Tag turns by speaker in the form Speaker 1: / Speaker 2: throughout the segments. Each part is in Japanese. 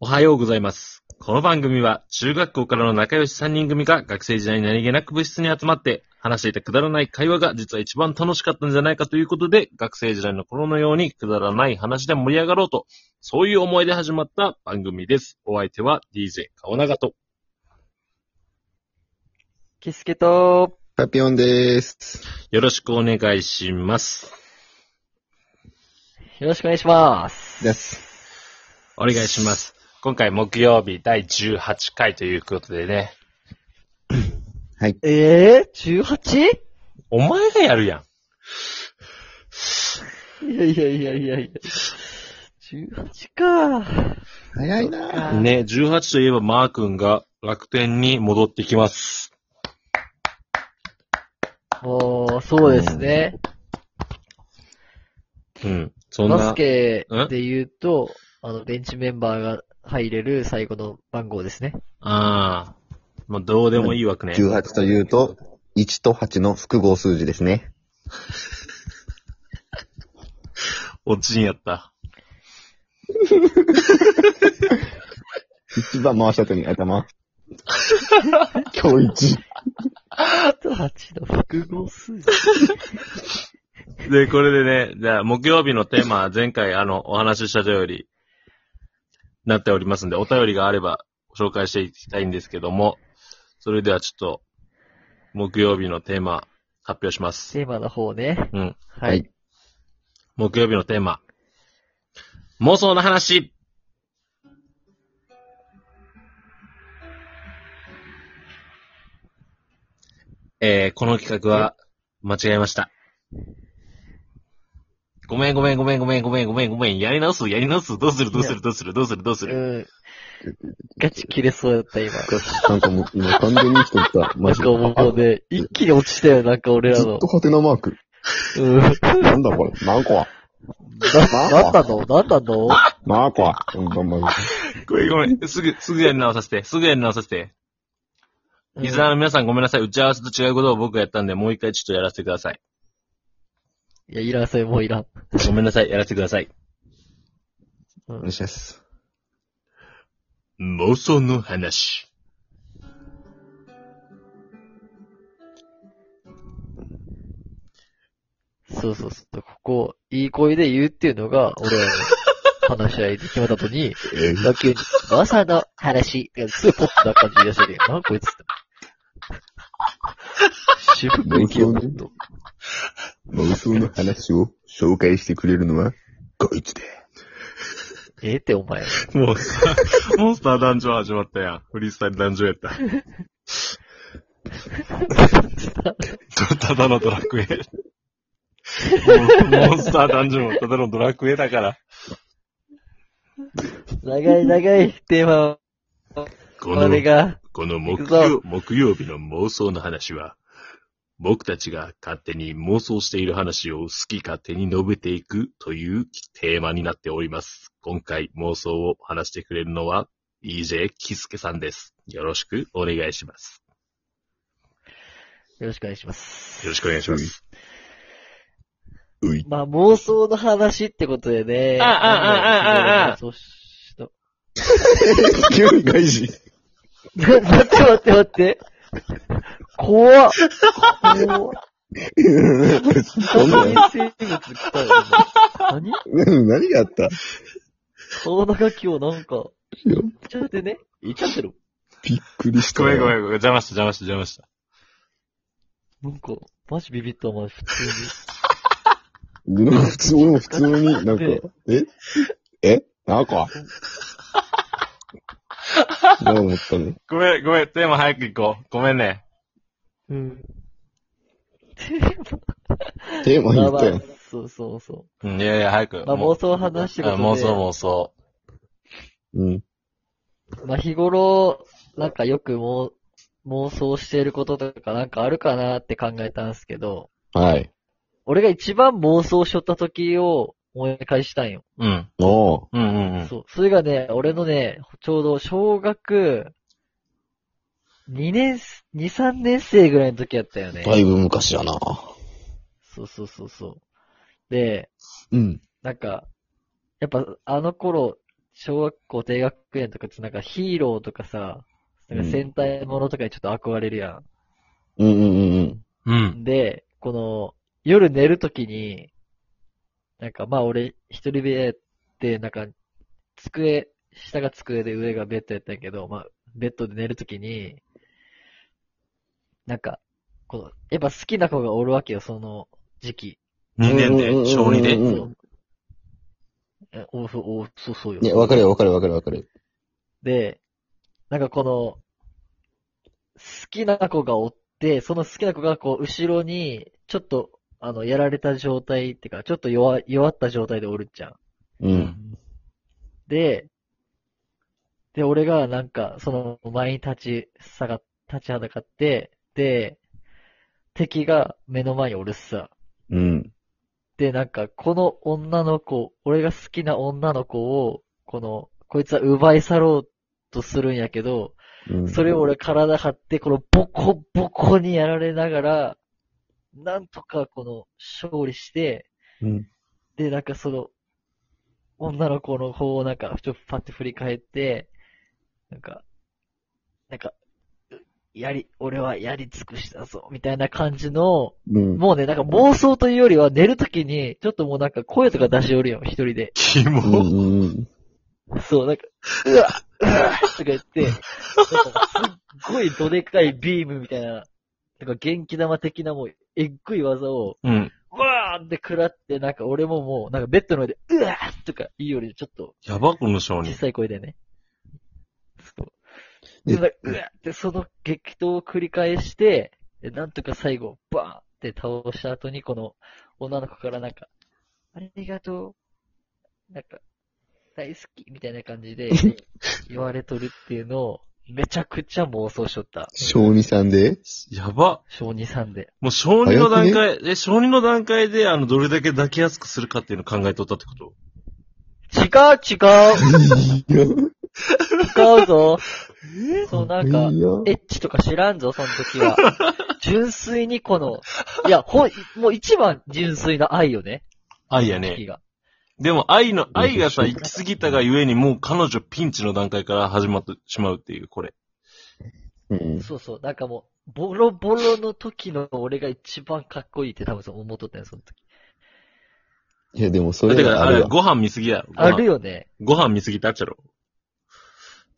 Speaker 1: おはようございます。この番組は中学校からの仲良し3人組が学生時代に何気なく部室に集まって話していたくだらない会話が実は一番楽しかったんじゃないかということで学生時代の頃のようにくだらない話で盛り上がろうとそういう思いで始まった番組です。お相手は DJ 顔長と。
Speaker 2: キスケと、
Speaker 3: パピオンでーす。
Speaker 1: よろしくお願いします。
Speaker 2: よろしくお願いします。
Speaker 3: です。
Speaker 1: お願いします。今回木曜日第18回ということでね。
Speaker 2: えぇ、?18?
Speaker 1: お前がやるやん。
Speaker 2: いやいやいやいやいや。18か。
Speaker 3: 早いな
Speaker 2: あ
Speaker 1: ね、18といえばマー君が楽天に戻ってきます。
Speaker 2: もう、そうですね。
Speaker 1: うん。そん
Speaker 2: バス
Speaker 1: な、
Speaker 2: ケ
Speaker 1: ん
Speaker 2: で言うと、あの、ベンチメンバーが入れる最後の番号ですね。
Speaker 1: ああ、もうどうでもいい枠ね。
Speaker 3: 18というと、1と8の複合数字ですね。
Speaker 1: 落ちんやった。
Speaker 3: 一番回した後に 頭。今日一。
Speaker 2: 18の複合数字。
Speaker 1: で、これでね、じゃあ、木曜日のテーマ、前回、あの、お話しした通り、なっておりますんで、お便りがあれば、紹介していきたいんですけども、それではちょっと、木曜日のテーマ、発表します。
Speaker 2: テーマの方ね。
Speaker 1: うん。
Speaker 2: は
Speaker 3: はいい。
Speaker 1: 木曜日のテーマ。妄想の話。えー、この企画は間違えました。ごめんごめんごめんごめんごめんごめんごめん。やり直すやり直す。どうするどうするどうするどうするどうす
Speaker 2: う
Speaker 1: る。
Speaker 2: ん。ガチ切れそうだった、今。
Speaker 3: なんかもう、今完全に人った。
Speaker 2: な
Speaker 3: マ
Speaker 2: ん
Speaker 3: ジ
Speaker 2: かもう
Speaker 3: で。
Speaker 2: ね、一気に落ちたよ、なんか俺ら
Speaker 3: ずっ
Speaker 2: の
Speaker 3: と。ハテナマーク。
Speaker 2: うん。な、
Speaker 3: なんだこれ。何個は
Speaker 2: なんなのなんなの
Speaker 3: 何個はうん、どんどん。
Speaker 1: ごめんごめん。すぐ、すぐやり直させて。すぐやり直させて。リスナーの皆さんごめんなさい。打ち合わせと違うことを僕がやったんで、もう一回ちょっとやらせてください。
Speaker 2: いや、いらん、それもういらん。
Speaker 1: ごめんなさい。やらせてください。
Speaker 3: お願いします。
Speaker 1: 妄想の話。
Speaker 2: そうそうそう。ここ、いい声で言うっていうのが、俺らの話し合いで決めた後に、
Speaker 3: え
Speaker 2: 野球に、噂の話、いやすごいポップな感じで言い出してる。なんこいつって。渋く生きようと。
Speaker 3: 妄想の話を紹介してくれるのは、こいつ で。
Speaker 2: ええってお前。
Speaker 1: もう さ、モンスター男女始まったやん。フリースタイル男女やった。ただのドラ クエ。モンモンスター男女もただのドラクエだから。
Speaker 2: 長い長いテーマ、
Speaker 1: こ
Speaker 2: これが、
Speaker 1: この
Speaker 2: 木曜
Speaker 1: 木曜日の妄想の話は、僕たちが勝手に妄想している話を好き勝手に述べていくというテーマになっております。今回妄想を話してくれるのは EJ キスケさんです。よろしくお願いします。
Speaker 2: よろしくお願いします。
Speaker 1: よろしくお願いします。
Speaker 3: うい。
Speaker 2: まあ、妄想の話ってことでね。
Speaker 1: あああああああ
Speaker 2: そうした
Speaker 3: 急に外人。
Speaker 2: な待って待って待って。怖っ。怖っ。
Speaker 3: そんな
Speaker 2: 生物来たよ。何
Speaker 3: 何があった
Speaker 2: 顔のが今日なんか、言っちゃってね。言っちゃってる。
Speaker 3: びっくりした。
Speaker 1: ごめんごめ
Speaker 3: ん。
Speaker 1: んごめん。邪魔した邪魔した邪魔した。
Speaker 2: なんか、マジビビったお前、普通に。
Speaker 3: なんか普通、俺も普通 に、なんか、ええなん かどう思ったの
Speaker 1: ごめんごめん。テーマ早く行こう。ごめんね。
Speaker 2: うん。
Speaker 3: テーマ
Speaker 2: ま
Speaker 3: 言
Speaker 2: あ
Speaker 3: っ
Speaker 2: ま
Speaker 3: たや
Speaker 2: あ
Speaker 3: ん。、
Speaker 2: そうそうそ
Speaker 1: うん、いやいや、早く。
Speaker 2: まあ妄想話してください
Speaker 1: うん妄想妄想。
Speaker 3: うん。
Speaker 2: う。まあ日頃、なんかよくもう妄想してることとかなんかあるかなって考えたんですけど、
Speaker 3: はい。
Speaker 2: 俺が一番妄想しとった時を思い返したんよ。
Speaker 1: うん。
Speaker 3: おう。
Speaker 1: うんうんうん。
Speaker 2: そう。それがね、俺のね、ちょうど小学、2年す、2、3年生ぐらいの時やったよね。
Speaker 3: だいぶ昔やな。
Speaker 2: そうそうそうそう。で、
Speaker 3: うん。
Speaker 2: なんか、やっぱあの頃、小学校低学年とかってなんかヒーローとかさ、なんか戦隊ものとかにちょっと憧れるや
Speaker 3: うんうんうん
Speaker 1: うん。
Speaker 2: ん。で、この、夜寝るときに、なんかまあ俺、一人部屋で、なんか、机、下が机で上がベッドやったんやけど、まあ、ベッドで寝るときに、なんか、この、やっぱ好きな子がおるわけよ、その時期。
Speaker 1: 2年
Speaker 3: うんうんうんう
Speaker 1: で、
Speaker 3: ん
Speaker 1: 小2で。
Speaker 3: うん
Speaker 2: そうえおそうおそうそうよ。
Speaker 3: うん。いや、わかるよ、わかるわかるわかる。
Speaker 2: で、なんかこの、好きな子がおって、その好きな子がこう、後ろに、ちょっと、あの、やられた状態っていうか、ちょっと弱、弱った状態でおるじゃん。
Speaker 3: うん。
Speaker 2: で、で、俺がなんか、その前に立ち、下が、立ちはだかって、で、敵が目の前におるっさ。
Speaker 3: うん。
Speaker 2: で、なんか、この女の子、俺が好きな女の子を、この、こいつは奪い去ろうとするんやけど、
Speaker 3: うん
Speaker 2: それを。俺体張って、このボコボコにやられながら、なんとかこの勝利して、
Speaker 3: うん。
Speaker 2: で、なんかその、女の子の方をなんか、ちょっとパッて振り返って、なんか、なんか、やり、俺はやり尽くしたぞ、みたいな感じの、
Speaker 3: うん。
Speaker 2: もうね、なんか妄想というよりは寝るときに、ちょっともうなんか声とか出しおるよ、一人で。
Speaker 1: キ
Speaker 3: う
Speaker 1: モ。
Speaker 3: んうんうん。
Speaker 2: そう、なんか、うわ、うわとか言って、なんかすっごいどでかいビームみたいな、なんか元気玉的なもう、えっぐい技を、
Speaker 1: うん。
Speaker 2: わーって食らって、なんか俺ももう、なんかベッドの上で、うわーとか言うより、ちょっと、
Speaker 1: やば、この小
Speaker 2: 小
Speaker 1: 2。
Speaker 2: さい声でね。そう。で、なんかうわーってその激闘を繰り返して、でなんとか最後、バーンって倒した後に、この女の子からなんか、ありがとう、なんか、大好きみたいな感 じで言われとるっていうのを、めちゃくちゃ妄想しとった。
Speaker 3: 小児さん で
Speaker 1: やば。
Speaker 2: 小2、3で。
Speaker 1: もう小2の段階、え、小2の段階で、あの、どれだけ抱きやすくするかっていうのを考えとったってこと
Speaker 2: 違う違う
Speaker 3: いや、
Speaker 2: 違う ぞそうなんか、
Speaker 3: いや
Speaker 2: エッチとか知らんぞ、その時 は。純粋にこの、いや、ほん、もう一番純粋な愛よね。
Speaker 1: 愛や
Speaker 2: その
Speaker 1: ね
Speaker 2: 時。が。
Speaker 1: でも愛の、愛がさ、
Speaker 3: うん
Speaker 1: 行き過ぎたがゆえにもう彼女ピンチの段階から始まってしまうっていう、これ。
Speaker 3: うん。
Speaker 2: そうそう、なんかもう、ボロボロの時の俺が一番かっこいいって多分そう思っとったよ、その時。
Speaker 3: いや、でもそ
Speaker 1: だ
Speaker 3: れ
Speaker 1: から、
Speaker 3: はあ
Speaker 1: あれ、
Speaker 3: るわ。
Speaker 1: ご飯見過ぎやろ。ご
Speaker 2: あ
Speaker 1: 飯
Speaker 2: るよね。
Speaker 1: ご飯見過ぎたっちゃろ。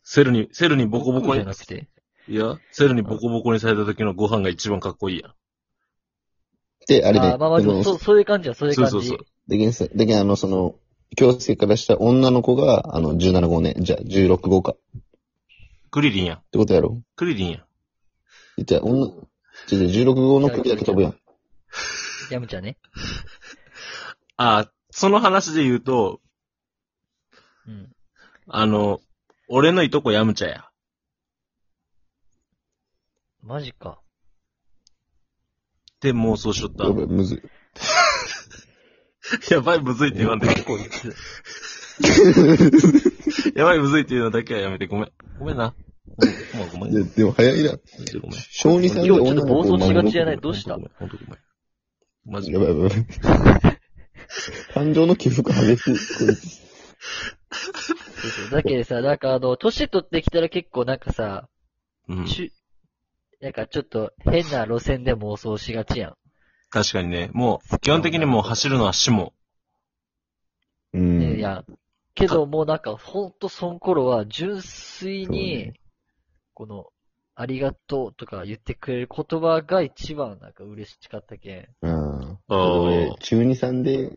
Speaker 1: セルに、セルにボコボコ
Speaker 2: じ
Speaker 1: に
Speaker 2: ゃな、くて。
Speaker 1: いや、セルにボコボコにされた時のご飯が一番かっこいいやん。
Speaker 3: で、あれね。
Speaker 2: あまあまあ、
Speaker 3: でも
Speaker 2: そう、そういう感じは、そういう
Speaker 1: そう
Speaker 2: 感
Speaker 1: そう
Speaker 2: じ
Speaker 1: そう。。
Speaker 3: でけんさ、でけん、あの、その、京介からした女の子が、あの、17号ね。じゃあ、16号か。っ
Speaker 1: クリリンやん。
Speaker 3: てことやろ。
Speaker 1: クリリンやん。
Speaker 3: じゃあ、女、じゃあ、16号の首だけ飛ぶやん。
Speaker 2: やむちゃんね。
Speaker 1: あー、その話で言うと、
Speaker 2: うん。
Speaker 1: あの、俺のいとこヤムチャや。
Speaker 2: マジか。
Speaker 1: で、妄想しとった
Speaker 3: や。ばい、むずい。
Speaker 1: やばい、むずいって言わんで。
Speaker 2: こいつ。
Speaker 1: やばい、むずいっていうのだけはやめて。ごめん。ごめんな。ごめん。ごめん。
Speaker 3: いやでも早いな。
Speaker 1: マジでごめん。
Speaker 3: 小児さんで
Speaker 2: 今日ちょ
Speaker 3: 女
Speaker 2: っ
Speaker 3: の
Speaker 2: と
Speaker 3: 子
Speaker 2: 暴
Speaker 3: を
Speaker 2: 走し
Speaker 3: 守
Speaker 2: が
Speaker 3: る
Speaker 2: ちじゃないどうした
Speaker 1: ほんとごめん。ほんとごめん。マジ
Speaker 3: や
Speaker 1: で。
Speaker 3: ばいやばい。感情の起伏激しい。こいつ
Speaker 2: そうそうだけどさ、なんかあの、年取ってきたら結構なんかさ、
Speaker 1: うん。
Speaker 2: ちゅなんかちょっと変な路線で妄想しがちやん。
Speaker 1: 確かにね。もう、基本的にもう走るのは死も。
Speaker 3: う
Speaker 2: ね
Speaker 3: ん。
Speaker 2: いや、けどもうなんか、ほんとその頃は、純粋
Speaker 3: そう
Speaker 2: に、この、ありがとうとか言ってくれる言葉が一番なんか嬉しかったけん。
Speaker 3: うん。
Speaker 1: あ
Speaker 3: 俺
Speaker 1: ー、
Speaker 3: 中2さんで、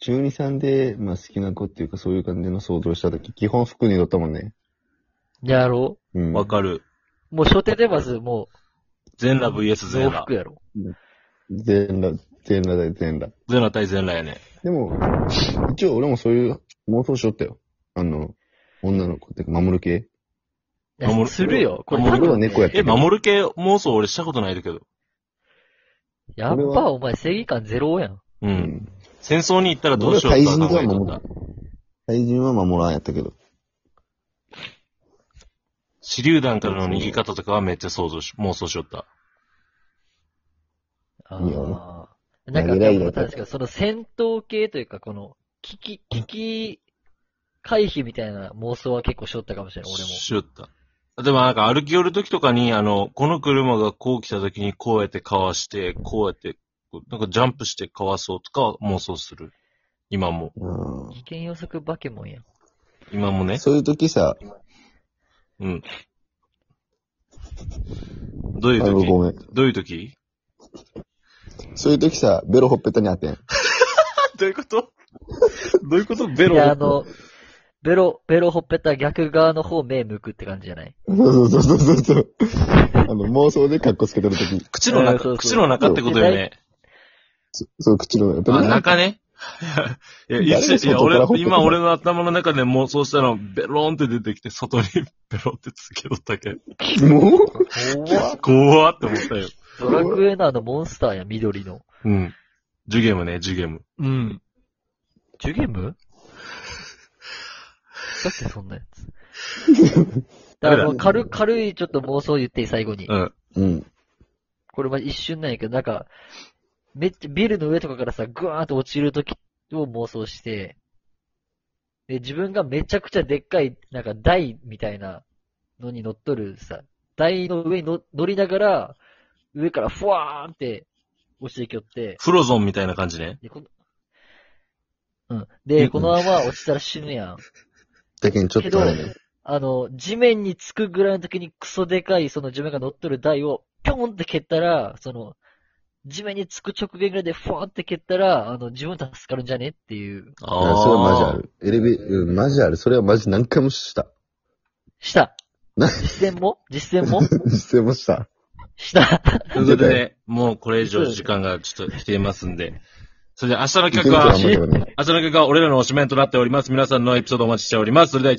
Speaker 3: 中2さんで、まあ好きな子っていうかそういう感じの想像したとき、基本服に乗ったもんね。
Speaker 2: やろ
Speaker 3: うん。
Speaker 1: わかる。
Speaker 2: うもう初手でまずも
Speaker 1: 全裸 VS
Speaker 2: う、
Speaker 1: 全
Speaker 2: 増
Speaker 1: 裸
Speaker 2: 幅。やろ。
Speaker 3: 全裸、全裸だよ、全裸。
Speaker 1: 全裸対全裸やね。
Speaker 3: でも、一応俺もそういう妄想しとったよ。あの、女の子っていうか守る系。
Speaker 2: いや
Speaker 1: 守る
Speaker 2: するよ。これ
Speaker 1: 守る
Speaker 2: 多分ね
Speaker 3: 俺は猫やった
Speaker 1: え、守る系妄想俺したことないだけど。
Speaker 2: やっ
Speaker 3: 俺
Speaker 2: ぱ
Speaker 3: は
Speaker 2: お前正義感ゼロやん。
Speaker 1: う。。
Speaker 3: うん
Speaker 1: 戦争に行ったらどうしよう
Speaker 3: 俺
Speaker 1: と
Speaker 3: は
Speaker 1: は
Speaker 3: 対人
Speaker 1: 考えと
Speaker 3: では
Speaker 1: っ
Speaker 3: 守
Speaker 1: た
Speaker 3: る。。対人は守らんやったけど。
Speaker 1: 手榴弾からの逃げ方とかはめっちゃ想像し、妄想しよった。
Speaker 2: あ
Speaker 3: いいよ
Speaker 2: あ。なんか、
Speaker 3: イライラと
Speaker 2: 確かにその戦闘系というか、この、危機、危機回避みたいな妄想は結構しょったかもしれない、俺も。
Speaker 1: しよった。でもなんか歩き寄るときとかに、あの、この車がこう来たときにこうやってかわして、こうやって、こうなんかジャンプしてかわそうとかは妄想する。今も。
Speaker 3: うん
Speaker 2: 危険予測バケモンやん。
Speaker 1: 今もね。
Speaker 3: そういう時さ、
Speaker 1: うん。どうい
Speaker 3: あ
Speaker 1: う
Speaker 3: の、ご
Speaker 1: と
Speaker 3: めん。
Speaker 1: きどういうとき
Speaker 3: そういう時さ、ベロほっぺたに当てん。
Speaker 1: どういうこと どういうことベ
Speaker 2: いや、あの、ベロ、ベロほっぺた逆側の方目向くって感じじゃない
Speaker 3: そうそうそうそう そう。あの、妄想で格好つけてる時。
Speaker 1: 口の
Speaker 2: うんそ
Speaker 1: 中、
Speaker 2: うそう
Speaker 1: 口の中ってことよね。
Speaker 3: そそう、口の中。
Speaker 1: あ、中 ね。いや、いや
Speaker 3: 誰が
Speaker 1: いや
Speaker 3: 外から
Speaker 1: 俺
Speaker 3: 掘っ、てくる
Speaker 1: 今俺の頭の中で妄想したの、ベローンって出てきて、外にベロンってつけとったけど。
Speaker 3: キモ
Speaker 2: 怖っ
Speaker 1: 怖ーって思ったよ。
Speaker 2: ドラクエのあのモンスターや、緑の。
Speaker 1: うん。ジュゲームね、ジュゲーム。
Speaker 2: うん。ジュゲームだってそんなやつ。だからもう軽、軽いちょっと妄想言っていい最後に。
Speaker 1: うん。
Speaker 3: うん。
Speaker 2: これまあ一瞬なんやけど、なんか、めっちゃビルの上とかからさ、ぐわーっと落ちるときを妄想して、で、自分がめちゃくちゃでっかい、なんか台みたいなのに乗っとるさ、台の上にの乗りながら、上からふわーんって落ちてきよって、
Speaker 1: フロゾンみたいな感じね。
Speaker 2: で、この、うん。で、このまま落ちたら死ぬやん。
Speaker 3: だけにちょっとあれね。
Speaker 2: あの、地面につくぐらいの時にクソでかい、その自分が乗っとる台を、ぴょんって蹴ったら、その、地面につく直前ぐらいでフォーって蹴ったら、あの、自分助かるんじゃねっていう。
Speaker 1: あ
Speaker 3: あ
Speaker 1: あ。
Speaker 3: それはマジある。エレベ、うん、マジある。それはマジ何回もした。
Speaker 2: した。
Speaker 3: な
Speaker 2: 実践も実践も
Speaker 3: してました。
Speaker 2: した。
Speaker 1: ということで、ね、もうこれ以上時間がちょっと来ていますんで。それでは明日の
Speaker 3: 行
Speaker 1: 企
Speaker 3: く
Speaker 1: 画
Speaker 3: の
Speaker 1: は、
Speaker 3: かな
Speaker 1: 明日
Speaker 3: まだね
Speaker 1: の企画は俺らのおしめとなっております。皆さんのエピソードお待ちしております。それでは